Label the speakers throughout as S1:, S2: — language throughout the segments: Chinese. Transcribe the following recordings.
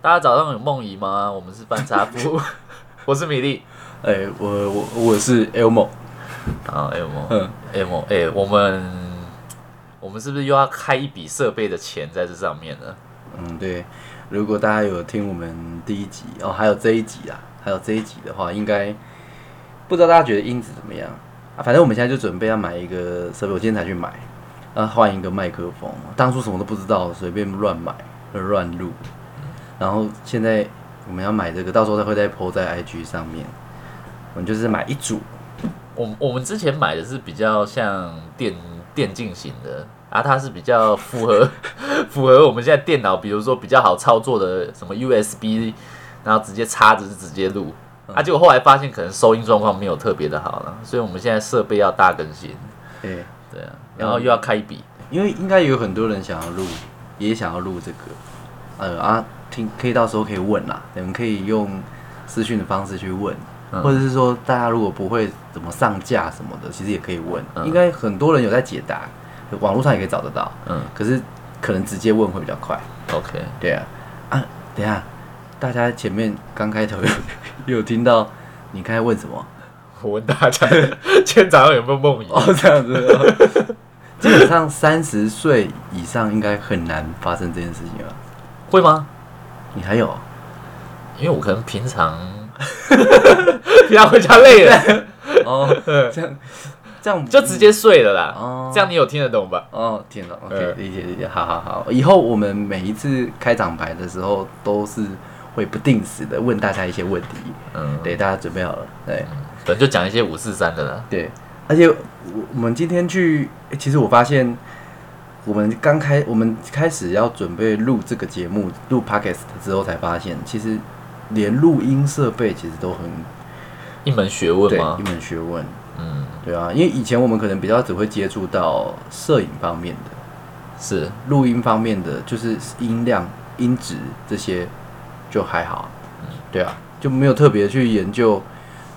S1: 大家早上有梦遗吗？我们是班差 夫，我是米粒，
S2: 哎、我我我是 Elmo，
S1: 然后 M
S2: 嗯
S1: M 哎，我们我们是不是又要开一笔设备的钱在这上面呢？
S2: 嗯，对，如果大家有听我们第一集哦，还有这一集啊，还有这一集的话，应该不知道大家觉得音质怎么样啊？反正我们现在就准备要买一个设备，我今天才去买，啊，换一个麦克风，当初什么都不知道，随便乱买乱录，然后现在我们要买这个，到时候再会再 PO 在 IG 上面，我们就是买一组，
S1: 我我们之前买的是比较像电电竞型的，啊，它是比较符合 符合我们现在电脑，比如说比较好操作的什么 USB，然后直接插着就直接录。啊，结果后来发现可能收音状况没有特别的好了，所以我们现在设备要大更新，
S2: 哎、
S1: 对啊，然后又要开一笔，
S2: 因为应该有很多人想要录，也想要录这个，呃啊，听可以到时候可以问啦，你们可以用私讯的方式去问，
S1: 嗯
S2: 或者是说大家如果不会怎么上架什么的，其实也可以问，
S1: 嗯
S2: 应该很多人有在解答，网络上也可以找得到，
S1: 嗯
S2: 可是可能直接问会比较快，
S1: ，OK，
S2: 对啊，啊，等一下，大家前面刚开头有 有听到你刚才问什么？
S1: 我问大家今天早上有没有梦遗？
S2: 哦，这样子 哦。基本上三十岁以上应该很难发生这件事情吧？啊
S1: 会吗？
S2: 你 还有？
S1: 因为我可能平常 平常回家累了，
S2: 哦，这样这样
S1: 就直接睡了啦。
S2: 哦
S1: 这样你有听得懂吧？
S2: 哦，天哪，OK，
S1: 呃
S2: 理解理解，好好好，以后我们每一次开场白的时候都是会不定时的问大家一些问题，
S1: 嗯，
S2: 对，大家准备好了，对
S1: 可能就讲一些五四三的啦。
S2: 对，而且我我们今天去，诶其实我发现我们刚开我们开始要准备录这个节目录 Podcast 之后才发现，其实连录音设备其实都很
S1: 一门学问
S2: 对
S1: 吗
S2: 一？门学问，
S1: 嗯，
S2: 对啊，因为以前我们可能比较只会接触到摄影方面的。
S1: 是，
S2: 录音方面的，就是音量、音质这些就还好，对啊，就没有特别去研究。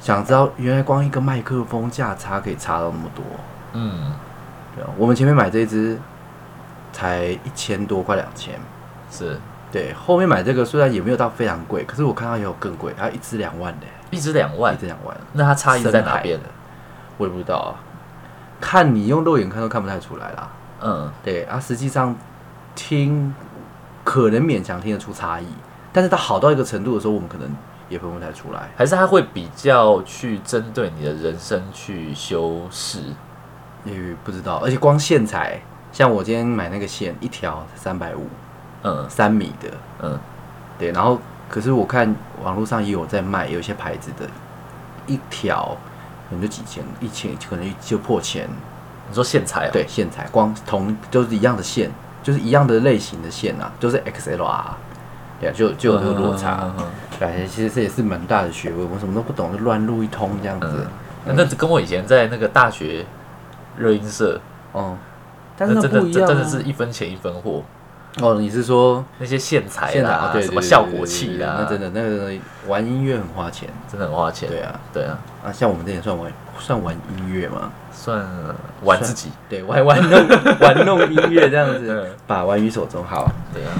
S2: 想知道原来光一个麦克风价差可以差到那么多，
S1: 嗯，
S2: 对啊，我们前面买这一支才一千多，快两千，
S1: 是
S2: 对，后面买这个虽然也没有到非常贵，可是我看到也有更贵，啊它一支两万的、
S1: 一支两
S2: 一
S1: 万，
S2: 支两万，
S1: 那它差异在哪边
S2: 深海？的？我也不知道啊，看你用肉眼看都看不太出来啦。
S1: 嗯，
S2: 对啊，实际上听可能勉强听得出差异，但是它好到一个程度的时候，我们可能也分不太出来。
S1: 还是它会比较去针对你的人生去修饰。
S2: 也不知道，而且光线材，像我今天买那个线一条三百五，
S1: 嗯
S2: 三米的，
S1: 嗯，
S2: 对，然后可是我看网络上也有在卖，有一些牌子的，一条可能就几千，一千可能就破千，
S1: 你说线材哦，
S2: 对，线材光同就是一样的线，就是一样的类型的线啊，就是 XLR，对啊，就就有这个落差。
S1: 嗯嗯嗯嗯
S2: 对，啊其实这也是蛮大的学问，我什么都不懂，就乱录一通这样子。
S1: 嗯那跟我以前在那个大学热音社，
S2: 哦、但是
S1: 那
S2: 那
S1: 真的
S2: 不一样、
S1: 真
S2: 啊，
S1: 真的是一分钱一分货，
S2: 哦，你是说
S1: 那些线材
S2: 现场
S1: 啦
S2: 啊，，对
S1: 什
S2: 对
S1: 么
S2: 对
S1: 效
S2: 对
S1: 果
S2: 对
S1: 器
S2: 对
S1: 啦，
S2: 那真的那个玩音乐很花钱。
S1: 真的很花钱。
S2: 对啊，
S1: 对啊，
S2: 啊，像我们这也算玩算玩音乐嘛？
S1: 算玩自己。
S2: 对，玩玩 弄玩弄音乐这样
S1: 嗯
S2: 子，把玩于手中。好，
S1: 对啊，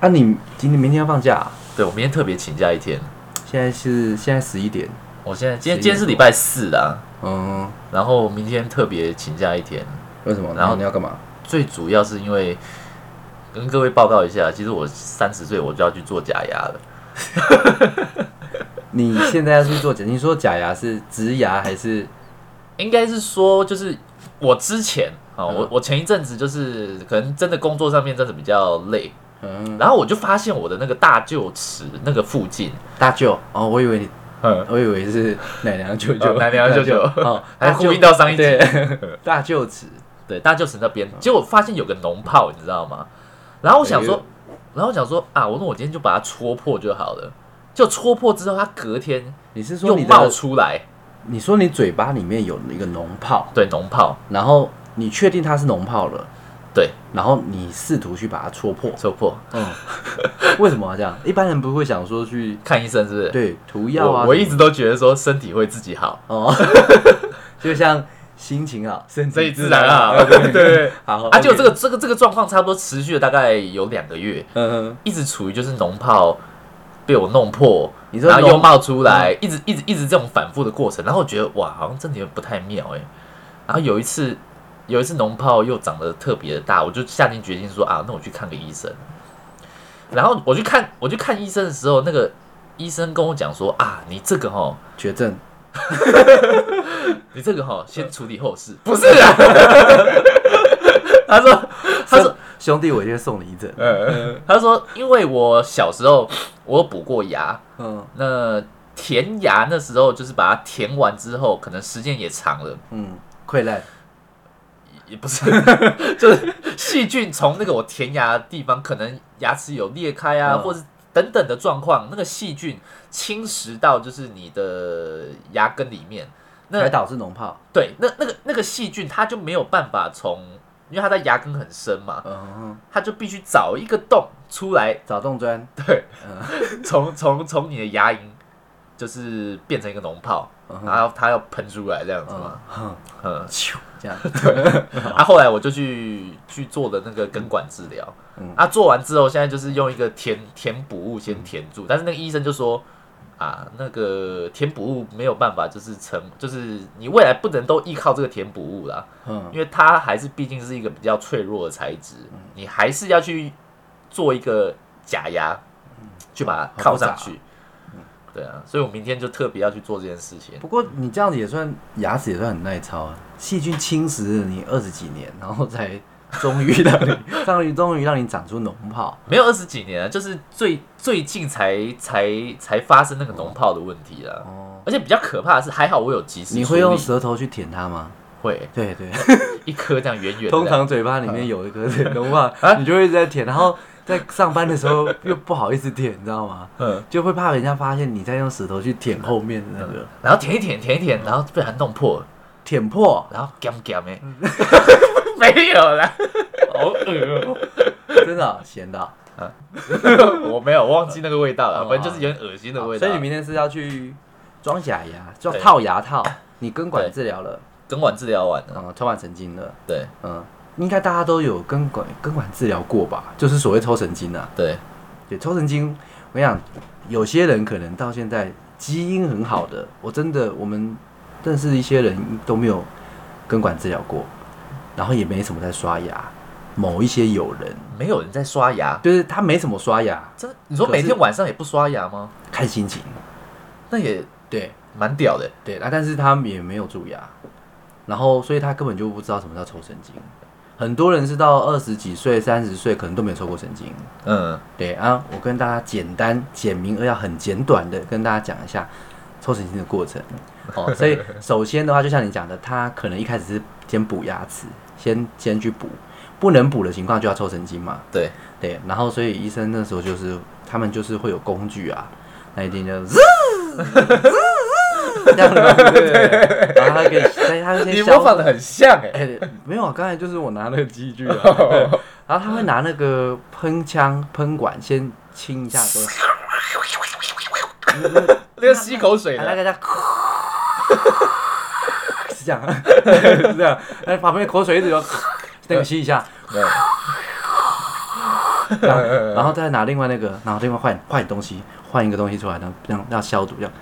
S2: 啊，你今天明天要放假啊、
S1: 对我明天特别请假一天。
S2: 现在是现在十一点，
S1: 我现在今天
S2: 11
S1: 今天是礼拜四啦，
S2: 嗯，
S1: 然后明天特别请假一天，
S2: 为什么？
S1: 然
S2: 然
S1: 后
S2: 后你要干嘛？
S1: 最主要是因为跟各位报告一下，其实我三十岁我就要去做假牙了，
S2: 你现在要去做假？你说假牙是植牙还是？
S1: 应该是说就是我之前啊、
S2: 嗯
S1: 我我前一阵子就是可能真的工作上面真的比较累，
S2: 嗯，
S1: 然后我就发现我的那个大臼齿那个附近，
S2: 大舅哦，我以为你
S1: 嗯，
S2: 我以为是奶娘舅舅，
S1: 哦奶娘舅舅
S2: 哦，
S1: 还呼应到上一集
S2: 对大舅子，
S1: 对，大臼齿那边，结果发现有个脓泡，你知道吗？然后我想
S2: 哎
S1: 说，然后我想说啊，我那我今天就把它戳破就好了。就戳破之后，它隔天
S2: 你是说
S1: 又
S2: 你
S1: 冒
S2: 的？
S1: 出来，
S2: 你说你嘴巴里面有一个脓泡，
S1: 对，脓泡，
S2: 然后你确定它是脓泡了，
S1: 对，
S2: 然后你试图去把它戳破，
S1: 戳破，
S2: 嗯， 为什么要这样？一般人不会想说去
S1: 看医生是不是？
S2: 对涂药啊
S1: 我我一直都觉得说身体会自己好，
S2: 哦， 就像心情好，身
S1: 所以
S2: 体 啊
S1: 自然好，对，对。
S2: 好，
S1: 啊，就这
S2: 个，
S1: 个这个这个状况差不多持续了大概有两个月，
S2: 嗯，
S1: 一直处于就是脓泡被我弄破，
S2: 你说
S1: 然后
S2: 弄
S1: 又冒出来，一直一直一直这种反复的过程，然后我觉得哇，好像真的有点不太妙哎、然后有一次有一次脓疱又长得特别的大，我就下定决心说啊，那我去看个医生。然后我去看我去看医生的时候，那个医生跟我讲说啊，你这个哈，
S2: 绝症，
S1: 你这个哈，先处理后事，嗯 不是啊？他说他说
S2: 兄兄弟，我今天送你一针。
S1: 呃，他说，因为我小时候我有补过牙，
S2: 嗯
S1: 那填牙那时候就是把它填完之后，可能时间也长了，
S2: 嗯，溃烂，
S1: 也不是， 就是细菌从那个我填牙的地方，可能牙齿有裂开啊，
S2: 嗯
S1: 或者等等的状况，那个细菌侵蚀到就是你的牙根里面，那
S2: 还导致脓疱。
S1: 对，那那个那个细菌它就没有办法从，因为它在牙根很深嘛，
S2: 嗯，
S1: 它就必须找一个洞出来
S2: 找洞砖。
S1: 对
S2: 嗯，
S1: 从从从你的牙龈就是变成一个脓泡，
S2: 嗯
S1: 然后它要喷出来这样子嘛。
S2: 嗯，
S1: 嗯，
S2: 咻，这样。
S1: 啊，后来我就去去做的那个根管治疗
S2: 嗯，
S1: 啊，做完之后现在就是用一个填填补物先填住，但是那个医生就说。啊，那个填补物没有办法，就是成，就是你未来不能都依靠这个填补物啦，
S2: 嗯
S1: 因为它还是毕竟是一个比较脆弱的材质，你还是要去做一个假牙，
S2: 嗯
S1: 去把它铐上
S2: 啊
S1: 去。对啊，所以我明天就特别要去做这件事情。
S2: 不过你这样子也算牙齿也算很耐操啊，细菌侵蚀了你二十几年，然后才终于让 你，终于终于让你长出脓疱。
S1: 没有二十几年啊，就是最最近才才才发生那个脓泡的问题啦。
S2: 哦，
S1: 而且比较可怕的是，还好我有及时
S2: 你
S1: 处
S2: 会
S1: 理
S2: 用舌头去舔它吗？
S1: 会
S2: 对对，
S1: 一颗这样圆圆的，
S2: 通常嘴巴里面有一颗脓疱，你就会一直在舔，然后在上班的时候又不好意思舔，你知道吗？
S1: 嗯，
S2: 就会怕人家发现你在用舌头去舔后面的那个，
S1: 然后舔一舔舔一舔，然后被它弄破了，
S2: 舔破，
S1: 然后 gam gam 哎，没有啦，好恶哦、
S2: 真的哦咸的哦。
S1: 我没有我忘记那个味道了，
S2: 哦
S1: 反正就是有点恶心的味道。
S2: 所以你明天是要去装假牙，装
S1: 对
S2: 套 牙套，你根管治疗了，
S1: 根管治疗完了，
S2: 嗯，抽完神经了，
S1: 对
S2: 嗯，应该大家都有根管根管治疗过吧？就是所谓抽神经啊，
S1: 对，
S2: 对，抽神经，我跟你讲，有些人可能到现在基因很好的，我真的我们认识一些人都没有根管治疗过，然后也没什么在刷牙，某一些有人
S1: 没有人在刷牙，
S2: 就是他没什么刷牙，
S1: 真的？你说
S2: 可是
S1: 每天晚上也不刷牙吗？
S2: 看心情，
S1: 那也
S2: 对，
S1: 蛮屌的。
S2: 对啊，但是他们也没有蛀牙，然后所以他根本就不知道什么叫抽神经。很多人是到二十几岁、三十岁，可能都没有抽过神经。
S1: 嗯，
S2: 对啊，我跟大家简单、简明而要很简短的跟大家讲一下抽神经的过程。哦，所以首先的话，就像你讲的，他可能一开始是先补牙齿，先先去补，不能补的情况就要抽神经嘛。
S1: 对，
S2: 对，然后所以医生那时候就是他们就是会有工具啊，那一定就是这样的，对不对？然后他可以，他他会
S1: 你
S2: 先
S1: 模
S2: 消
S1: 仿的很像哎、
S2: 哎、没有啊，刚才就是我拿那个机具啊， 对然后他会拿那个喷枪、喷管先清一下， 对吧
S1: 那个吸口水
S2: 啊那
S1: 的，
S2: 个叫 是这样啊， 是这样，那旁边口水一直流， 那个吸一下，
S1: 对
S2: 然
S1: 呃
S2: 后然后再拿另外那个，然后另外换换东西，换一个东西出来，然后让让消毒，这 样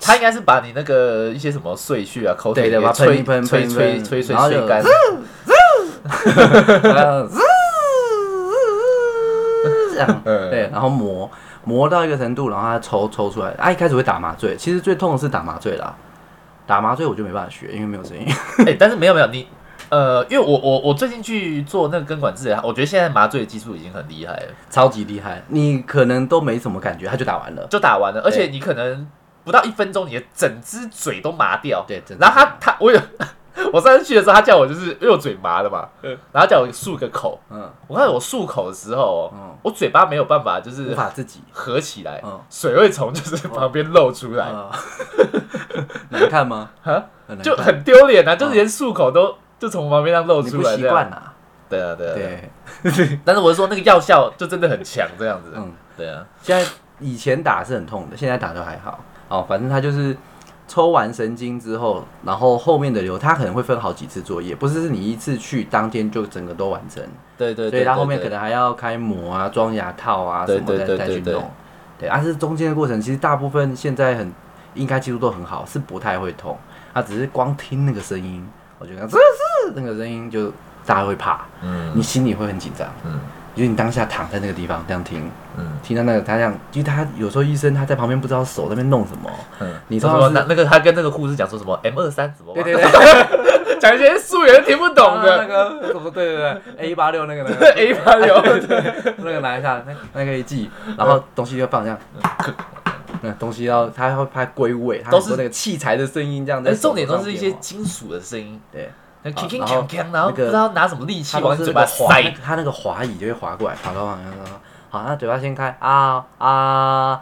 S1: 他应该是把你那个一些什么碎屑啊、口水
S2: 对的，
S1: 给
S2: 把它喷
S1: 吹
S2: 一喷，
S1: 吹
S2: 喷一
S1: 吹吹
S2: 喷
S1: 吹
S2: 然后就
S1: 吹干。
S2: 这样，
S1: 嗯
S2: 对，然后磨磨到一个程度，然后它抽抽出来。啊，一开始会打麻醉，其实最痛的是打麻醉啦。打麻醉我就没办法学，因为没有声音。
S1: 哎、但是没有没有你，呃，因为我我我最近去做那个根管治疗，我觉得现在麻醉的技术已经很厉害了，
S2: 超级厉害，你可能都没什么感觉，他就打完了。
S1: 就打完了，而且
S2: 对
S1: 你可能不到一分钟，你的整只嘴都麻掉。
S2: 对，真的
S1: 然后他他我有我上次去的时候，他叫我就是因为我嘴麻了嘛，然后叫我漱个口。
S2: 嗯，
S1: 我看我漱口的时候，哦
S2: 嗯
S1: 我嘴巴没有办法就
S2: 无
S1: 是
S2: 法自己，
S1: 合起来，
S2: 嗯
S1: 水会从就是旁边漏出来，
S2: 呃 难看吗？
S1: 啊，
S2: 很难
S1: 就
S2: 看
S1: 很丢脸啊！就是连漱口都 就从旁边上漏
S2: 你
S1: 出
S2: 不
S1: 来，
S2: 习惯。啦。
S1: 对啊，对啊，对啊。
S2: 对，
S1: 但是我是说那个药效就真的很强，这样子。
S2: 嗯
S1: 对啊，
S2: 现在以前打是很痛的，现在打都还好。哦，反正他就是抽完神经之后，然后后面的流，它可能会分好几次作业，不是是你一次去当天就整个都完成，
S1: 对对对，
S2: 所以它后面
S1: 对
S2: 可能还要开模啊、装牙套啊
S1: 对
S2: 什么
S1: 对对
S2: 的再去
S1: 对对
S2: 弄。对，但、啊、是中间的过程，其实大部分现在很应该技术都很好，是不太会痛。它、只是光听那个声音，我觉得这是那个声音就大家会怕，
S1: 嗯
S2: 你心里会很紧张，
S1: 嗯
S2: 因为你当下躺在那个地方这样听，
S1: 嗯
S2: 听到那个他这样，因为他有时候医生他在旁边不知道手在那边弄什么，
S1: 嗯，
S2: 你
S1: 说
S2: 通
S1: 什
S2: 常
S1: 么
S2: 是
S1: 那那个他跟那个护士讲说什么 M 二三什么，
S2: 哦对 对对，啊
S1: 讲一些术语都听不懂
S2: 那
S1: 的
S2: 个什么对对对 A 八六那个那
S1: A 八六，
S2: 个那个拿一下，那那个一记，然后东西就放这样。那嗯东西要，他会拍归位，他
S1: 都是
S2: 很多那个器材的声音这样在
S1: 哎，
S2: 手
S1: 重
S2: 头
S1: 点
S2: 上哦变
S1: 都
S2: 化。
S1: 是一些金属的声音，
S2: 对，
S1: 那
S2: 好
S1: king
S2: 然
S1: king
S2: 后
S1: king king，然后
S2: 那
S1: 不
S2: 个
S1: 知道拿什么利器
S2: 他
S1: 往
S2: 光
S1: 你
S2: 是
S1: 嘴
S2: 那
S1: 巴
S2: 个滑，
S1: 塞
S2: 那，他那个滑移就会滑过来，滑到往好，那嘴巴先开啊啊，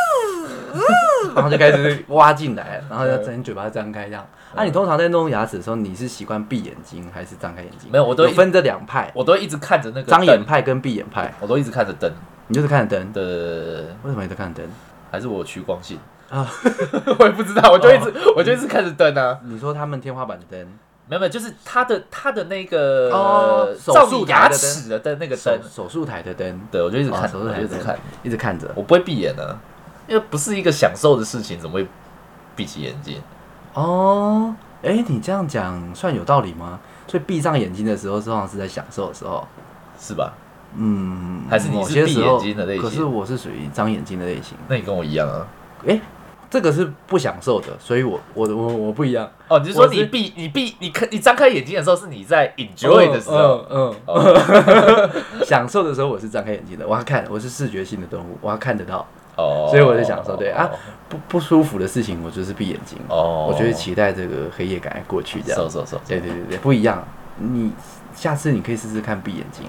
S2: 滋滋然后就开始挖进来，
S1: 嗯
S2: 然后要整嘴巴张开这样。那、你通常在弄牙齿的时候，你是习惯闭眼睛还是张开眼睛？
S1: 没有我都
S2: 有分这两派，
S1: 我都一直看着那个
S2: 张眼
S1: 灯，
S2: 派跟闭眼派。
S1: 我都一直看着灯，
S2: 你就是看着灯，
S1: 对对对对对，
S2: 为什么你都看着灯？
S1: 还是我有趋光性
S2: 啊 哦
S1: 我也不知道，我就一直我就一直看着灯啊。
S2: 你说他们天花板的灯，
S1: 没有没有，就是他的他的那个
S2: 哦
S1: 照
S2: 手术
S1: 你
S2: 台
S1: 牙
S2: 的灯
S1: 齿的灯那个
S2: 手
S1: 灯，
S2: 手术台的灯，
S1: 对我就一直看，
S2: 哦手术
S1: 我
S2: 台
S1: 就一
S2: 的
S1: 直
S2: 灯
S1: 看，
S2: 一直看着。
S1: 我不会闭眼啊，因为不是一个享受的事情，怎么会闭起眼睛？
S2: 哦，哎，你这样讲算有道理吗？所以闭上眼睛的时候，通常是在享受的时候。
S1: 是吧？
S2: 嗯，
S1: 还是你
S2: 某
S1: 是
S2: 些
S1: 闭
S2: 时
S1: 眼
S2: 候
S1: 睛的类
S2: 可是
S1: 型
S2: 我是属于张眼睛的类型。
S1: 那你跟我一样啊。
S2: 哎、这个是不享受的，所以我我我我不一样。
S1: 哦，你是说
S2: 我是
S1: 你闭你闭你看你张开眼睛的时候是你在 enjoy 的时候？
S2: 嗯，嗯
S1: 哦
S2: 享受的时候我是张开眼睛的，我要看，我是视觉性的动物，我要看得到。
S1: 哦
S2: 所以我在想说对啊不不舒服的事情，我就是闭眼睛。
S1: 哦
S2: 我就会期待这个黑夜赶快过去，这样
S1: 手。手手，
S2: 对对对对，不一样。你下次你可以试试看闭眼睛，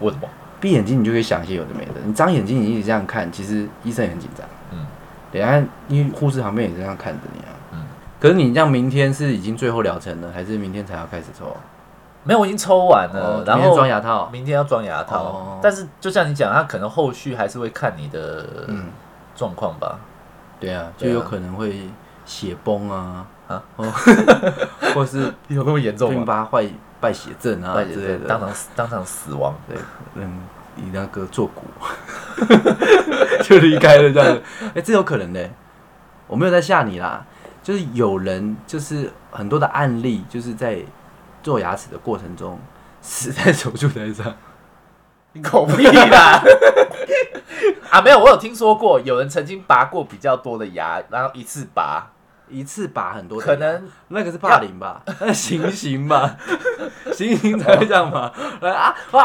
S1: 为什么？
S2: 闭眼睛你就可以想一些有的没的。你张眼睛你一直这样看，其实医生也很紧张。
S1: 嗯，
S2: 等下，因为护士旁边也是这样看着你啊。
S1: 嗯
S2: 可是你这样，明天是已经最后疗程了，还是明天才要开始抽？哦
S1: 没有，我已经抽完了，呃然
S2: 明天
S1: 后
S2: 装牙套。啊
S1: 明天要装牙套，
S2: 哦
S1: 但是就像你讲，他可能后续还是会看你的
S2: 嗯，
S1: 状况吧。
S2: 对啊，就
S1: 呃对啊
S2: 有可能会血崩啊，
S1: 啊
S2: 哦， 或是
S1: 有那么严重
S2: 并
S1: 吗？
S2: 发坏败血症啊
S1: 败血
S2: 之类
S1: 症
S2: 的。
S1: 当场死当场死亡，
S2: 对，嗯，你那个坐骨 就离开了这样子。哎、这有可能呢、我没有在吓你啦，就是有人就是很多的案例，就是在做牙齿的过程中死在手术台上。
S1: 你狗屁啦！ 啊，没有，我有听说过有人曾经拔过比较多的牙，然后一次拔，
S2: 一次拔很多的
S1: 可
S2: 牙，
S1: 能
S2: 那个是霸凌吧？那行刑吧， 行刑才会这样吧？来啊啊！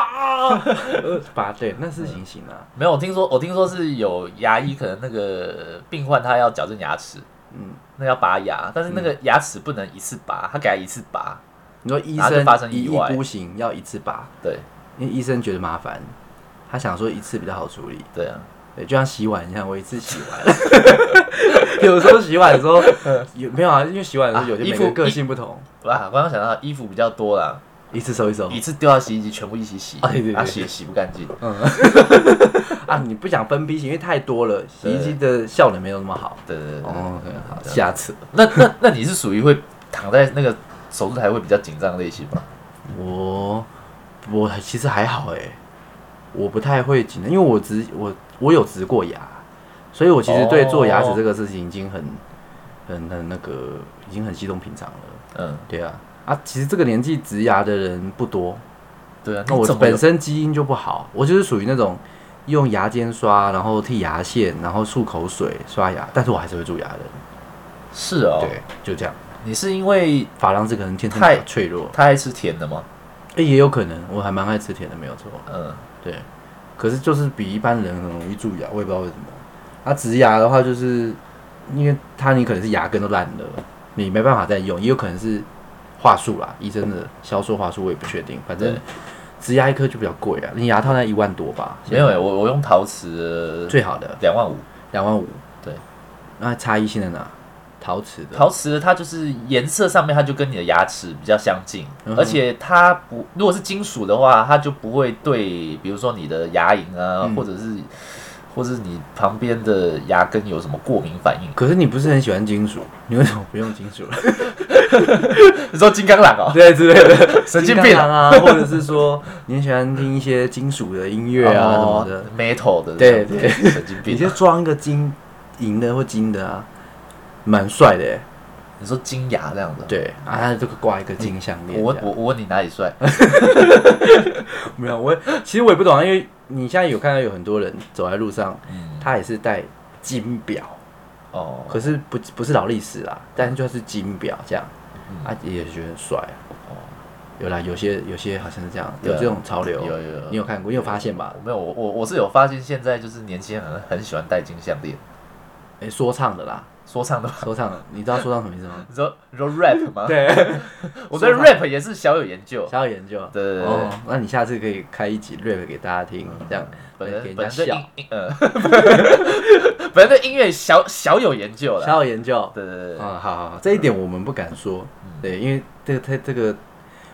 S2: 啊呃拔对，那是行刑啊。
S1: 没有。我听说我听说是有牙医，可能那个病患他要矫正牙齿，
S2: 嗯，
S1: 那要拔牙，但是那个牙齿不能一次拔，他给他一次拔，
S2: 你说医
S1: 然后就
S2: 生
S1: 发生
S2: 一
S1: 意
S2: 意
S1: 外
S2: 孤行要一次拔，
S1: 对
S2: 因为医生觉得麻烦，他想说一次比较好处理。
S1: 对啊，
S2: 对，就像洗碗一样，我一次洗完。 有时候洗碗的时候有没有啊？因为洗碗的时候有
S1: 嗯啊
S2: 些每
S1: 衣
S2: 个
S1: 服
S2: 人个性不同，
S1: 哇，我刚刚想到衣服比较多啦，
S2: 一次收一收
S1: 一。次丢到洗衣机全部一起洗，
S2: 哦啊对对对
S1: 啊洗也洗不干净，
S2: 嗯，啊，你不想分批洗，因为太多了，洗衣机的效能没有那么好。
S1: 对对对对。
S2: 哦，OK，好，
S1: 这样
S2: 下次
S1: 那那那你是属于会躺在那个手术台会比较紧张类型吗？
S2: 我我其实还好哎，我不太会紧张，因为我植我我有植过牙，所以我其实对
S1: 哦
S2: 做牙齿这个事情已经很很很那个，已经很稀松平常了。
S1: 嗯，
S2: 对啊，啊，其实这个年纪植牙的人不多，
S1: 对啊。
S2: 那
S1: 你
S2: 我
S1: 怎么有
S2: 本身基因就不好，我就是属于那种用牙尖刷，然后剔牙线，然后漱口水刷牙，但是我还是会蛀牙的。
S1: 是哦，
S2: 对，就这样。
S1: 你是因为
S2: 珐琅质可能天生比
S1: 太
S2: 较脆弱，
S1: 太爱吃甜的吗？
S2: 哎、也有可能，我还蛮爱吃甜的，没有错。
S1: 嗯，
S2: 对，可是就是比一般人很容易蛀牙，我也不知道为什么。啊，植牙的话，就是因为它你可能是牙根都烂了，你没办法再用，也有可能是话术啦，医生的销售话术我也不确定。反正
S1: 对
S2: 植牙一颗就比较贵啊，你牙套那一万多吧，
S1: 没有欸我我用陶瓷
S2: 最好的
S1: 两万五，
S2: 两万五。
S1: 对，
S2: 那差异性在哪？陶瓷的，
S1: 陶瓷的它就是颜色上面它就跟你的牙齿比较相近，
S2: 嗯哼
S1: 而且它不如果是金属的话，它就不会对比如说你的牙龈啊，
S2: 嗯
S1: 或者是或是你旁边的牙根有什么过敏反 应。
S2: 可是你不是很喜欢金属，你为什么不用金属？
S1: 你说金刚狼哦，
S2: 对之类 的，
S1: 神经病
S2: 啊，或者是说你很喜欢听一些金属的音乐啊什么的，
S1: 哦，metal 的，
S2: 对对，
S1: 神经
S2: 你
S1: 病
S2: 就
S1: 啊。
S2: 装一个金银的或金的啊，蛮帅的耶。
S1: 你说金牙这样子，
S2: 对啊，他就挂一个金项链
S1: 我
S2: 这
S1: 问
S2: 样。
S1: 我我问你哪里 帅？
S2: 没有，我其实我也不懂啊，因为你现在有看到有很多人走在路上，
S1: 嗯，
S2: 他也是戴金表，
S1: 哦，
S2: 可是不不是劳力士啦，但是就是金表这样，
S1: 嗯
S2: 啊也觉得很帅啊。有啦，有些有些好像是这样，有
S1: 对啊
S2: 这种潮流
S1: 有，有有，
S2: 你有看过，你有发现吧？
S1: 没有，我我我是有发现，现在就是年轻人很很喜欢戴金项链，
S2: 哎，说唱的啦，
S1: 说唱的吧。
S2: 说唱的，你知道说唱什么意 思吗？
S1: 你说你说 rap 吗？
S2: 对，
S1: 我对
S2: 说唱
S1: rap 也是小有研究。
S2: 想要研究。
S1: 对对嗯对对
S2: 哦，那你下次可以开一集 rap 给大家听，这样
S1: 本
S2: 给
S1: 人
S2: 人
S1: 本
S2: 家
S1: 身对
S2: 笑
S1: 音，音呃， 本人对音乐小小有研究
S2: 想
S1: 了。
S2: 要研究。
S1: 对对对嗯对，
S2: 啊，好好好，这一点我们不敢说，对，因为这个太这个，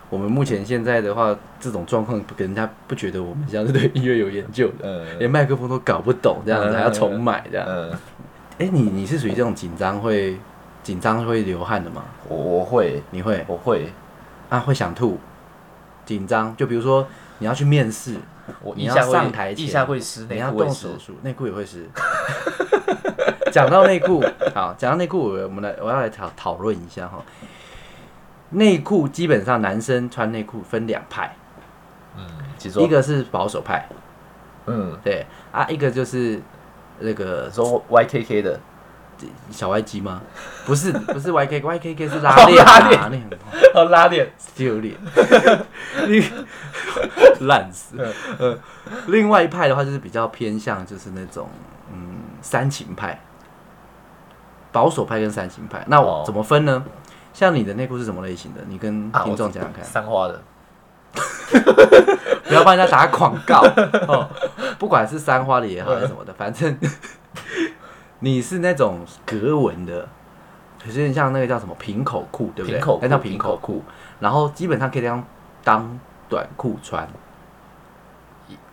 S2: 我们目前现在的话，这种状况，给人家不觉得我们像是对音乐有研究的，
S1: 嗯
S2: 连麦克风都搞不懂，这样子
S1: 嗯
S2: 还要重买这样。
S1: 嗯，
S2: 哎，你你是属于这种紧张会紧张会流汗的吗？
S1: 我我会
S2: 你会
S1: 我会，
S2: 啊会想吐，紧张，就比如说你要去面试，
S1: 我
S2: 你
S1: 腋
S2: 要
S1: 下会
S2: 上台前
S1: 腋下会湿，
S2: 你
S1: 内
S2: 要
S1: 裤会
S2: 动
S1: 湿
S2: 手。术，内裤也会湿。 讲到内裤，好，讲到内裤，我我们来我要来讨讨论一下哈。内裤基本上男生穿内裤分两派，
S1: 嗯，其实
S2: 一
S1: 我
S2: 个是保守派，
S1: 嗯，
S2: 对啊，一个就是那个
S1: 说 YKK 的，
S2: 小 YG 吗？不是，不是 YK，YKK 是拉链、啊，
S1: 拉链
S2: 链
S1: 哦拉链，
S2: 丢脸，你烂死。
S1: 嗯
S2: 呃，另外一派的话就是比较偏向就是那种嗯煽情派，保守派跟煽情派。那我
S1: 哦
S2: 怎么分呢？像你的内裤是什么类型的？你跟
S1: 啊
S2: 听
S1: 我
S2: 众讲讲看，
S1: 三花的，
S2: 不要帮人家打广告 哦。不管是三花的也好，还是什么的，反正 你是那种格纹的，可是像那个叫什么平口裤，对不对？
S1: 平口裤
S2: 那叫平口裤，然后基本上可以当当短裤穿。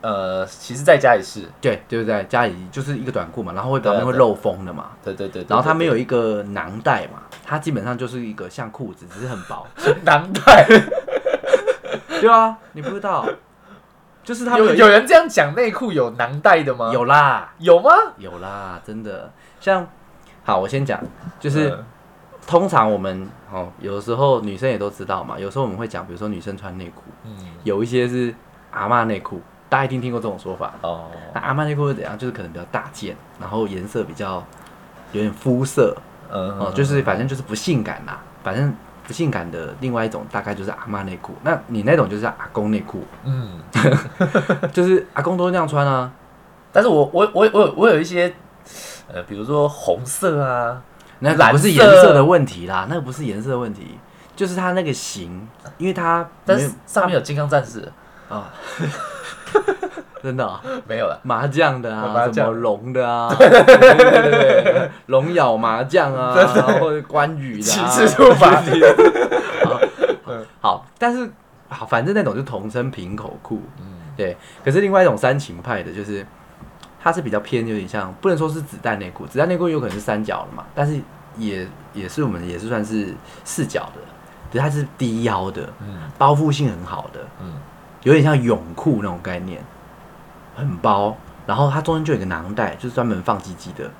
S1: 呃，其实在家也是，
S2: 对对不对？家里就是一个短裤嘛，然后会表面
S1: 对啊
S2: 会
S1: 对
S2: 漏风的嘛，
S1: 对对对，对
S2: 然后它
S1: 对
S2: 没有一个囊袋嘛，它基本上就是一个像裤子，只是很薄。
S1: 对囊袋，
S2: 对啊，你不知道，就是 他们
S1: 有
S2: 有一
S1: 有人这样讲内裤有囊袋的吗？
S2: 有啦
S1: 有吗？
S2: 有啦，真的像好，我先讲，就是
S1: 嗯
S2: 通常我们哦，有时候女生也都知道嘛，有时候我们会讲，比如说女生穿内裤，
S1: 嗯
S2: 有一些是阿嬷内裤，大家一定听过这种说法。
S1: 哦，
S2: 那阿嬷内裤是怎样？就是可能比较大件，然后颜色比较有点肤色，
S1: 嗯
S2: 哦，就是反正就是不性感啦，反正不性感的另外一种大概就是阿妈内裤，那你那种就是阿公内裤，
S1: 嗯，
S2: 就是阿公都那样穿啊。
S1: 但是我我我我有我有一些，呃，比如说红色啊，
S2: 那
S1: 蓝
S2: 不是颜
S1: 色
S2: 色的问题啦，那个不是颜色的问题，就是它那个型，因为它
S1: 但
S2: 没
S1: 是
S2: 有
S1: 上面有金刚战士，
S2: 啊，真的啊、
S1: 没有了。
S2: 麻将的
S1: 麻
S2: 啊，
S1: 将
S2: 什么龙 的啊，对对对对对，龙咬麻将啊，或者关羽的、啊，
S1: 骑士出 发
S2: 好好，但是好，反正那种就统称平口裤，
S1: 嗯
S2: 对，可是另外一种煽情派的，就是它是比较偏，有点像不能说是子弹内裤，子弹内裤有可能是三角的嘛，但是也也是我们也是算是四角的，可是它是低腰的，
S1: 嗯
S2: 包覆性很好的，
S1: 嗯，
S2: 有点像泳裤那种概念，很包，然后它中间就有一个囊袋，就是专门放鸡鸡的，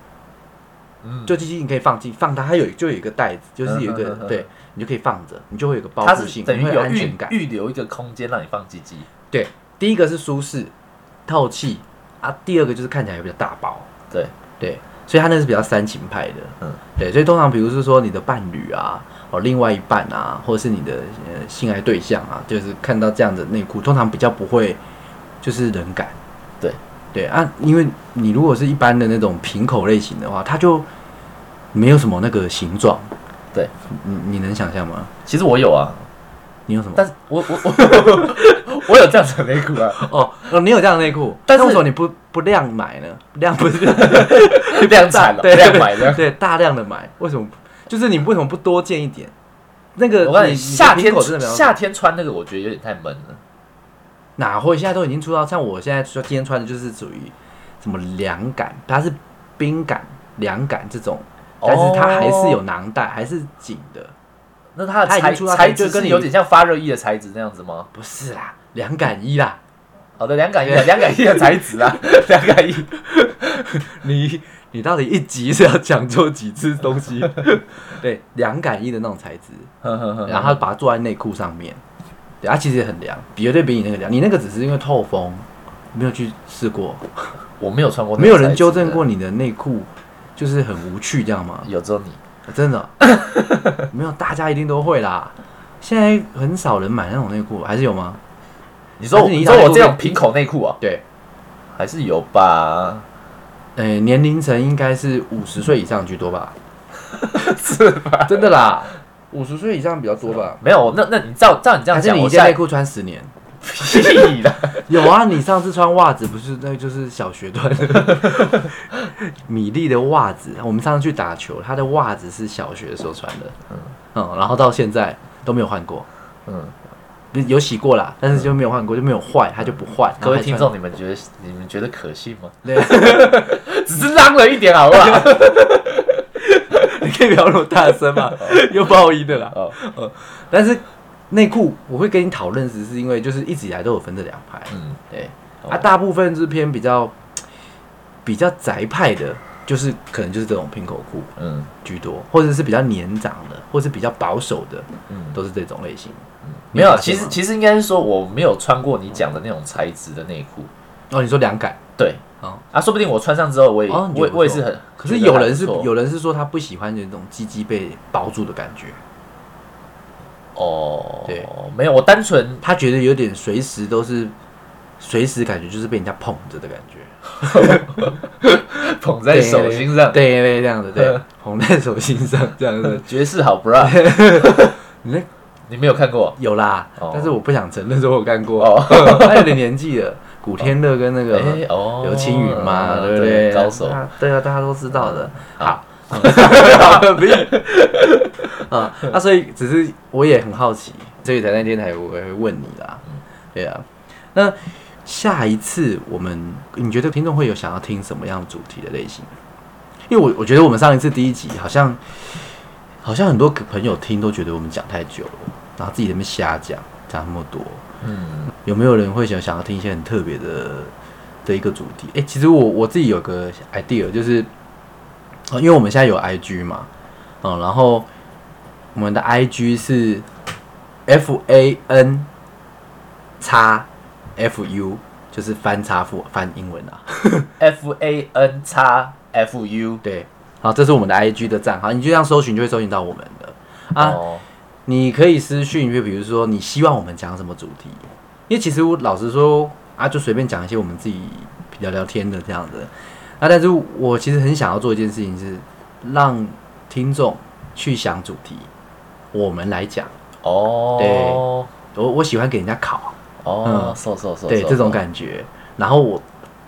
S1: 嗯
S2: 就鸡鸡你可以放进放它，它有就有一个袋子，就是有一
S1: 嗯
S2: 个、
S1: 嗯嗯嗯
S2: 对你就可以放着，你就会有一个包
S1: 它
S2: 覆
S1: 是
S2: 性，
S1: 等于
S2: 你会
S1: 有
S2: 安全
S1: 预
S2: 感。
S1: 预留一个空间让你放鸡鸡。
S2: 对，第一个是舒适、透气啊，第二个就是看起来也比较大包，
S1: 对，
S2: 对，所以他那是比较煽情派的，
S1: 嗯，
S2: 对，所以通常比如是说你的伴侣啊，哦，另外一半啊，或者是你的呃性爱对象啊，就是看到这样的内裤，通常比较不会就是冷感，
S1: 对，
S2: 对啊，因为你如果是一般的那种平口类型的话，它就没有什么那个形状，
S1: 对
S2: 你你能想象吗？
S1: 其实我有啊，
S2: 你有什么？
S1: 但是我我我我有这样子的内裤啊，
S2: 哦，哦，你有这样的内裤，
S1: 但是
S2: 那为什么你不不量买呢？量不是
S1: 量 产了，
S2: 对
S1: 哦量买啊的。
S2: 对大量的买，为什么不？就是你为什么不多见一点？那个
S1: 我告诉
S2: 你
S1: 你，
S2: 你
S1: 夏
S2: 的
S1: 天
S2: 瓶口真的没有
S1: 夏天穿那个，我觉得有点太闷了。
S2: 哪会？现在都已经出到像我现在说今天穿的就是属于什么凉感，它是冰感、凉感这种，但
S1: 哦
S2: 是它还是有囊袋，还是紧的。
S1: 那它的
S2: 哦它已
S1: 材
S2: 经出到
S1: 材
S2: 就
S1: 质
S2: 跟
S1: 跟
S2: 你
S1: 有点像发热衣的材质那样子吗？
S2: 不是啦，凉感衣啦，
S1: 好的，凉感 衣啊，凉感衣的材质 啊，凉感衣。
S2: 你你到底一集是要讲究几次东 西？对，凉感衣的那种材质，
S1: 呵呵呵
S2: 然后把它做在内裤上面，对，它其实也很凉，绝对比你那个凉。你那个只是因为透风，没有去试过，
S1: 我没有穿过，
S2: 没有人纠正过，你的内裤就是很无趣，这样吗？
S1: 有只有你。
S2: 真的哦 没有，大家一定都会啦。现在很少人买那种内裤，还是有吗？
S1: 你说
S2: 但
S1: 我
S2: 是你
S1: 你
S2: 一
S1: 说
S2: 打
S1: 我
S2: 内裤
S1: 这种
S2: 就
S1: 平口内裤啊，
S2: 对，
S1: 还是有吧？
S2: 呃，年龄层应该是五十岁以上居多 吧？ 是吧？真的啦，五十岁以上比较多吧？
S1: 没有，那那你照照你这样
S2: 还是
S1: 讲，
S2: 你
S1: 我
S2: 一件
S1: 下
S2: 内
S1: 一
S2: 裤穿十年？
S1: 屁啦，
S2: 有啊，你上次穿袜子不是那就是小学段 的米粒的袜子，我们上次去打球，他的袜子是小学的时候穿的，嗯然后到现在都没有换过，
S1: 嗯。
S2: 有洗过啦，但是就没有换过，就没有坏，它就不换。
S1: 各
S2: 然后
S1: 位
S2: 还
S1: 听
S2: 穿，
S1: 众，你们觉得你们觉得可信吗？
S2: 对，
S1: 只是浪了一点，好不好？
S2: 你可以不要那么大声 嘛，有爆音的啦。嗯
S1: 哦
S2: 但是内裤我会跟你讨论，只是因为就是一直以来都有分这两派，
S1: 嗯，
S2: 对，
S1: 哦
S2: 啊，大部分是偏比较比较宅派的，就是可能就是这种平口裤
S1: 嗯
S2: 居多，或者是比较年长的，或是比较保守的，
S1: 嗯，
S2: 都是这种类型。啊
S1: 没有，
S2: 发现
S1: 其
S2: 吗
S1: 实其实应该是说我没有穿过你讲的那种材质的内裤，
S2: 哦，你说凉感，
S1: 对
S2: 哦
S1: 啊，说不定我穿上之后，我也
S2: 哦你觉
S1: 我也
S2: 得不错
S1: 我也是很，
S2: 可是有人
S1: 觉
S2: 是
S1: 得还不错
S2: 有人是说他不喜欢那种鸡鸡被包住的感觉，
S1: 哦，
S2: 对，
S1: 没有，我单纯
S2: 他觉得有点随时都是随时感觉就是被人家捧着的感觉。
S1: 捧在手心上，
S2: 对对对，这样的对
S1: 嗯，
S2: 捧在手心上这样子。
S1: 绝世好 bra，
S2: 你那
S1: 你没有看过
S2: 有啦
S1: 哦，
S2: 但是我不想承认说我干过，
S1: 哦？
S2: 他有点年纪了。古天乐跟那 个
S1: 哎哦，
S2: 刘青云嘛，
S1: 嗯
S2: 对不对？
S1: 高手，
S2: 啊，对啊，大家都知道的。
S1: 好
S2: 好， 啊，那所以只是我也很好奇，所以才那天才我会问你啦。
S1: 嗯
S2: 对啊，那下一次我们你觉得听众会有想要听什么样主题的类型？因为我我觉得我们上一次第一集好像好像很多朋友听都觉得我们讲太久了，然后自己在那边瞎讲讲那么多，
S1: 嗯，
S2: 有没有人会想想要听一些很特别的的一个主题？哎、其实我我自己有个 idea，就是、呃因为我们现在有 IG 嘛，嗯，然后我们的 IG 是 F A N 叉 F U，就是翻叉复翻英文啊，
S1: F A N 叉 F U
S2: 对，好，这是我们的 IG 的账号，你就这样搜寻就会搜寻到我们的啊。
S1: 哦，
S2: 你可以私讯，就比如说你希望我们讲什么主题，因为其实我老实说啊，就随便讲一些我们自己聊聊天的这样子。啊，但是我其实很想要做一件事情是让听众去想主题，我们来讲。
S1: 哦，对，
S2: 我我喜欢给人家考，
S1: 哦，瘦瘦瘦，
S2: 嗯对
S1: 瘦
S2: 这种，感觉。然后我，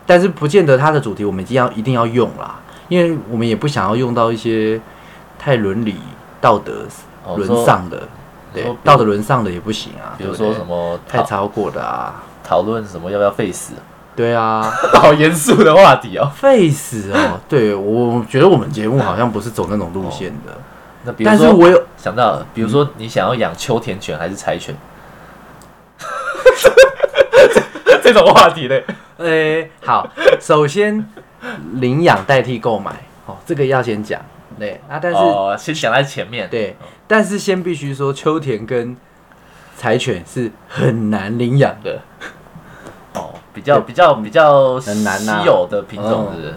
S2: 但是不见得它的主题我们一定要一定要用啦，因为我们也不想要用到一些太伦理道德
S1: 哦
S2: 沦
S1: 说
S2: 丧的，对
S1: 说比如
S2: 道德沦丧的也不行啊。
S1: 比如
S2: 对不对
S1: 说什么
S2: 太
S1: 讨
S2: 超过的啊，
S1: 讨论什么要不要 face，
S2: 对啊
S1: 好严肃的话题哦。
S2: ，face 哦，对我觉得我们节目好像不是走那种路线的，
S1: 那比如
S2: 哦但是
S1: 说
S2: 我嗯有
S1: 想到了，比如说你想要养秋田犬还是柴犬， 这这种话题嘞，
S2: 呃、好，首先领养代替购买哦，这个要先讲，对啊，但是、
S1: 哦，先想在前面，
S2: 对，但是先必须说秋田跟柴犬是很难领养的，
S1: 哦，比较比较比较
S2: 很难
S1: 稀
S2: 呐
S1: 有的品种
S2: 嗯
S1: 是不是？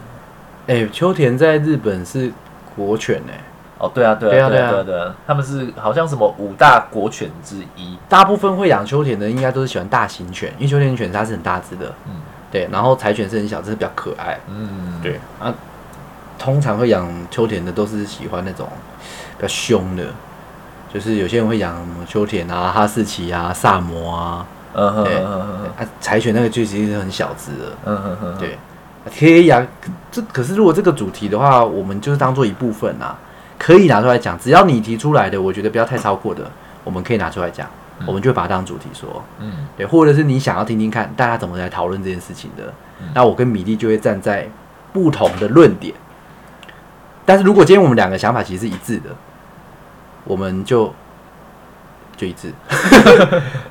S2: 哎、秋田在日本是国犬哎、
S1: 哦，对啊，对
S2: 对
S1: 啊，
S2: 啊
S1: 对啊，
S2: 对
S1: 对啊
S2: 啊
S1: 对啊，他们是好像什么五大国犬之一，
S2: 大部分会养秋田的应该都是喜欢大型犬，因为秋田犬它是很大只的，
S1: 嗯
S2: 对，然后柴犬是很小只，比较可爱。
S1: 嗯，
S2: 对啊，通常会养秋田的都是喜欢那种比较凶的，就是有些人会养什么秋田啊、哈士奇啊、萨摩啊，
S1: 嗯哼，
S2: 对
S1: 嗯哼
S2: 对
S1: 哼
S2: 啊，柴犬那个就其实是很小只的，
S1: 嗯哼哼，
S2: 对，可以养。这可是如果这个主题的话，我们就是当做一部分啊，可以拿出来讲。只要你提出来的，我觉得不要太超过的，我们可以拿出来讲。我们就会把它当主题说，
S1: 嗯
S2: 对，或者是你想要听听看大家怎么来讨论这件事情的，那我跟米粒就会站在不同的论点。但是如果今天我们两个想法其实是一致的，我们就就一致，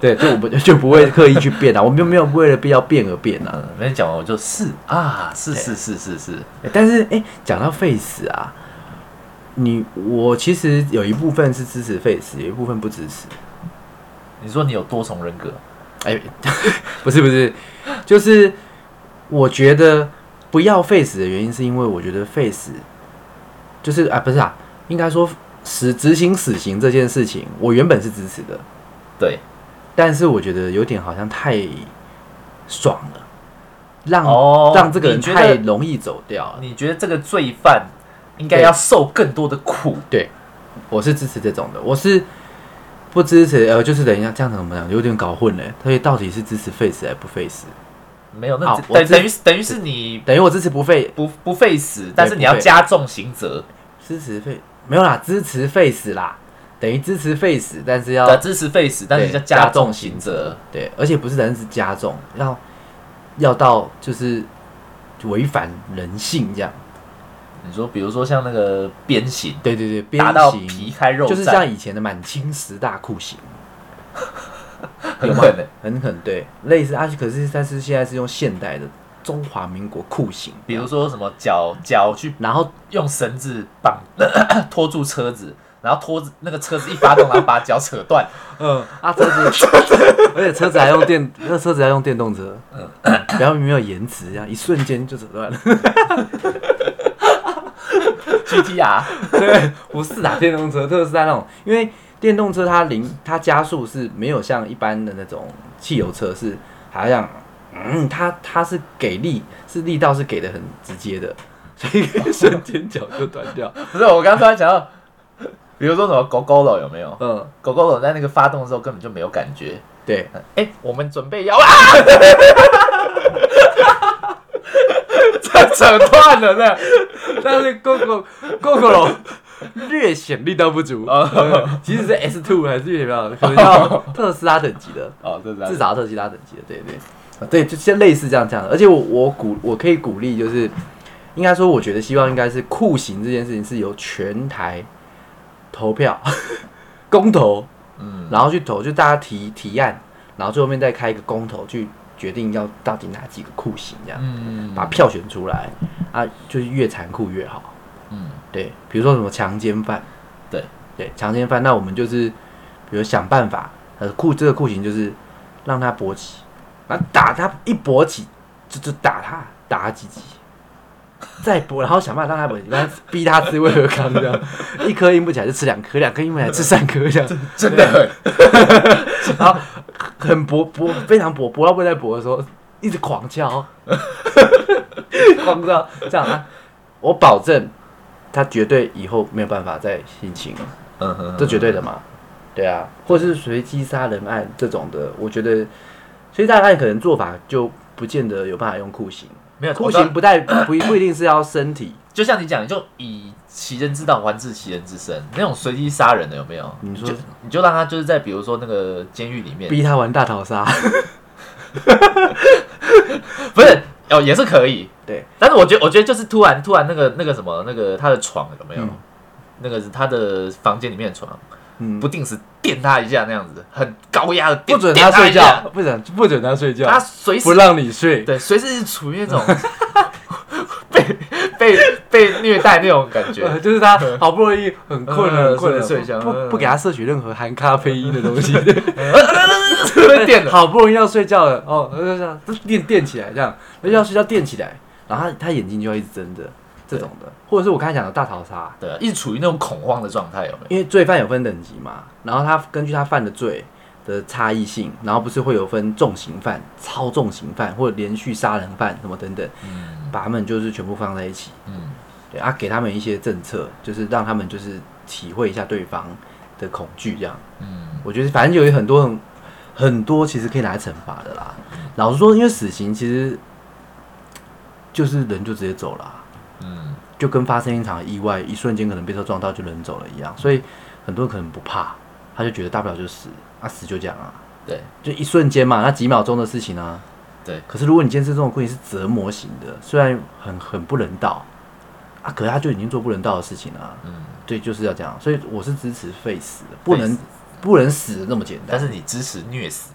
S2: 对，就我们就不会刻意去变啊，我们就没有为了必要变而变啊。
S1: 嗯，没讲完我就是啊，是是是是是，
S2: 欸但是哎，讲、到 Face 啊，你我其实有一部分是支持 Face，有一部分不支持。
S1: 你说你有多重人格，
S2: 哎、 不是不是，就是我觉得不要 face 的原因，是因为我觉得 face 就是啊，不是啊，应该说死执行死刑这件事情，我原本是支持的，
S1: 对，
S2: 但是我觉得有点好像太爽了，让、
S1: 哦
S2: 嗯让这个人
S1: 你觉得
S2: 太容易走掉了。
S1: 你觉得这个罪犯应该要受更多的苦，
S2: 对，我是支持这种的，我是不支持呃，就是等一下这样子怎么讲，有点搞混了，所以到底是支持 face 还是不 face？
S1: 没有，那
S2: 好
S1: 只
S2: 我
S1: 等
S2: 知
S1: 等于是等于是你
S2: 等于我支持不 face，
S1: 不不费死，但是
S2: 不
S1: 你要
S2: 费
S1: 加重刑责，
S2: 支持 face 没有啦，支持 face 啦，等于支持 face，但是要
S1: 呃，支持费死，但是
S2: 对
S1: 要
S2: 加
S1: 加重
S2: 重
S1: 刑
S2: 刑
S1: 责，
S2: 对，而且不是人是加重，要要到就是违反人性这样。
S1: 你说比如说像那个鞭刑，
S2: 对对对，鞭
S1: 打到
S2: 刑
S1: 皮开肉
S2: 就是
S1: 绽
S2: 像以前的满清十大酷刑，
S1: 很狠的。
S2: 很狠对，类似啊，可是但是现在是用现代的中华民国酷刑，
S1: 比如说什么脚脚去
S2: 然后
S1: 用绳子绑 拖住车子，然后拖着那个车子一发动，然后把脚扯断。
S2: 嗯啊车子，而且车子还用电，那车子还用电动车，嗯，不要没有延迟，这样一瞬间就折断了。
S1: GTR
S2: 对，不是打电动车，特斯拉那种，因为电动车它零它加速是没有像一般的那种汽油车是好像，嗯，它它是给力，是力道是给的很直接的，所 以瞬间脚就断掉。
S1: 不是我刚刚突然想到， 比如说什么狗狗了有没有？
S2: 嗯，
S1: 狗狗了在那个发动的时候根本就没有感觉。
S2: 对，
S1: 哎、我们准备要啊！
S2: 它扯断了呢。 但是 GoGo GoGo 龙 略显力道不足，嗯即使是 S Two 还是略显力道 不足，可能要特斯拉等级的。
S1: 哦，这是
S2: 至少要特级拉等级的，对对啊对，就像类似这样这样的。而且我我鼓我可以鼓励，就是应该说，我觉得希望应该是酷刑这件事情是由全台投票 公投，
S1: 嗯，
S2: 然后去投，就大家提提案，然后最后面再开一个公投去决定要到底哪几个酷刑这样，
S1: 嗯
S2: 把票选出来啊，就是越残酷越好。
S1: 嗯
S2: 对，比如说什么强奸犯，
S1: 对
S2: 对，强奸犯，那我们就是比如想办法，呃，酷这个酷刑就是让他勃起，然后打他一勃起就就打他，打他几几， 再勃，然后想办法让他勃起，然后逼他吃威尔康这样，一颗硬不起来就吃两颗，两颗硬不起来吃三颗这样，
S1: 真的很
S2: 然后很勃勃非常勃勃到不能再勃的时候，一直 狂叫，狂叫这样、啊，我保证他绝对以后没有办法再性侵了，
S1: 嗯哼
S2: 这绝对的嘛，对啊，或是随机杀人案这种的，我觉得随机杀人案可能做法就不见得有办法用酷刑，
S1: 没有
S2: 酷
S1: 哎我知道
S2: 刑不带不不一定是要身体，
S1: 就像你讲，你就以其人之道还治其人之身，那种随机杀人的有没有？
S2: 你说
S1: 就你就让他就是在比如说那个监狱里面，
S2: 逼他玩大逃杀，
S1: 不是哦也是可以，
S2: 对，
S1: 但是我觉得我觉得就是突然突然那个那个什么那个他的床有没有？
S2: 嗯
S1: 那个是他的房间里面的床，
S2: 嗯，
S1: 不定时电他一下那样子，很高压的电，
S2: 不准
S1: 电
S2: 他
S1: 他
S2: 睡
S1: 一下
S2: 觉，，不准不准他睡觉，
S1: 他随时
S2: 不让你睡，
S1: 对随时处于那种被被被虐待那种感觉
S2: 呃，，就是他好不容易很
S1: 呃
S2: 困了，很困了，
S1: 睡觉
S2: 不
S1: 嗯
S2: 不给他摄取任何含咖啡因的东西，
S1: 被电了。
S2: 好不容易要睡觉了，哦，就这样就垫垫起来这样，而且要睡觉垫起来，然后他他眼睛就要一直睁着，这种的，或者是我刚才讲的大逃杀，
S1: 对，一直处于那种恐慌的状态，有没有？
S2: 因为罪犯有分等级嘛，然后他根据他犯的罪的差异性，然后不是会有分重刑犯、超重刑犯或者连续杀人犯什么等等，
S1: 嗯
S2: 把他们就是全部放在一起，
S1: 嗯，
S2: 对啊，给他们一些政策，就是让他们就是体会一下对方的恐惧，这样。
S1: 嗯，
S2: 我觉得反正有很多很很多其实可以拿来惩罚的啦。
S1: 嗯
S2: 老实说，因为死刑其实就是人就直接走了啊、
S1: 嗯，
S2: 就跟发生一场意外，一瞬间可能被车撞到就人走了一样，所以很多人可能不怕，他就觉得大不了就死啊，死就这样啊，
S1: 对，
S2: 就一瞬间嘛，那几秒钟的事情啊。
S1: 对。
S2: 可是如果你今天是这种规定是折磨型的，虽然很很不人道啊，可是他就已经做不人道的事情了、啊。
S1: 嗯，
S2: 对，就是要这样，所以我是支持废死的，不能
S1: 死
S2: 不能死的那么简单
S1: 但。是你支持虐死，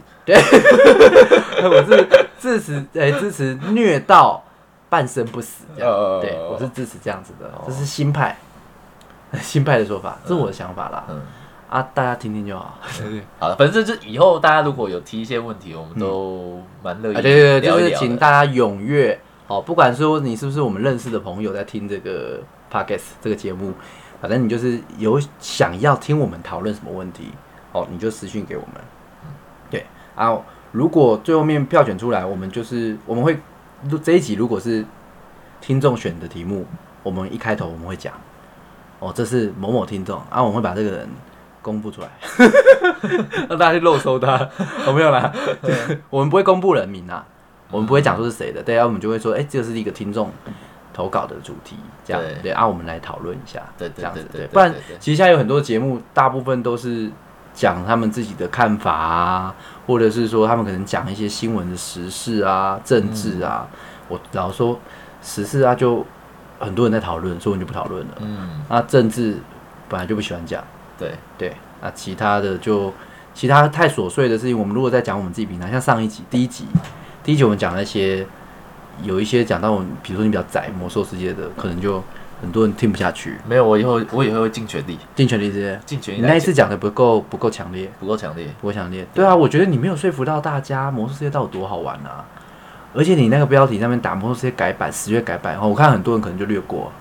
S2: 我是 支 持诶、哎支持虐到半生不死这样。
S1: 哦
S2: 对，我是支持这样子的
S1: 哦，
S2: 这是新派， 新派的说法，这是我的想法啦。
S1: 嗯，
S2: 啊，大家听听就好。
S1: 好了，反正就以后大家如果有提一些问题，我们都蛮乐意
S2: 啊，对对对，
S1: 聊
S2: 就
S1: 一
S2: 是
S1: 聊
S2: 请
S1: 的。
S2: 大家踊跃哦，不管说你是不是我们认识的朋友在听这个 podcast 这个节目，反正你就是有想要听我们讨论什么问题哦，你就私信给我们。对啊，如果最后面票选出来，我们就是我们会如这一集如果是听众选的题目，我们一开头我们会讲哦，这是某某听众啊，我们会把这个人。公 布出来，让大家去漏搜 他，我、没有啦， 我们不会公布人名啊，我们不会讲说是谁的，对啊，我们就会说，哎、这是一个听众投稿的主题，这样
S1: 对
S2: 对啊，我们来讨论一下，
S1: 对对
S2: 这样子
S1: 对对对
S2: 不然
S1: 对对
S2: 其实现在有很多节目，大部分都是讲他们自己的看法啊，或者是说他们可能讲一些新闻的时事啊、政治啊，
S1: 嗯
S2: 我老实说时事啊，就很多人在讨论，所以我们就不讨论了。
S1: 嗯，
S2: 那政治本来就不喜欢讲。
S1: 对，
S2: 对，那其他的就其他太琐碎的事情，我们如果再讲我们自己平常，像上一集第一集，第一集我们讲那些有一些讲到我们，比如说你比较窄魔兽世界的，可能就很多人听不下去。
S1: 没有，我以后我以后会尽全力，
S2: 尽全力这些，
S1: 尽全
S2: 你
S1: 力
S2: 那
S1: 来
S2: 一
S1: 讲。
S2: 次讲的不够不够强烈，
S1: 不够强烈，
S2: 不够强烈。对啊，我觉得你没有说服到大家魔兽世界到底多好玩啊！而且你那个标题上面打魔兽世界改版，十月改版，哦，我看很多人可能就略过，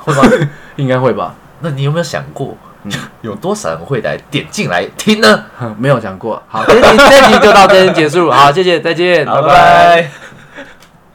S2: 会 吧？应该会 吧？
S1: 那你有没有想过，
S2: 嗯
S1: 有多少人会来点进来听呢？
S2: 没有讲过。好，这集这集就到这边结束。好，谢谢，再见，拜拜。
S1: 拜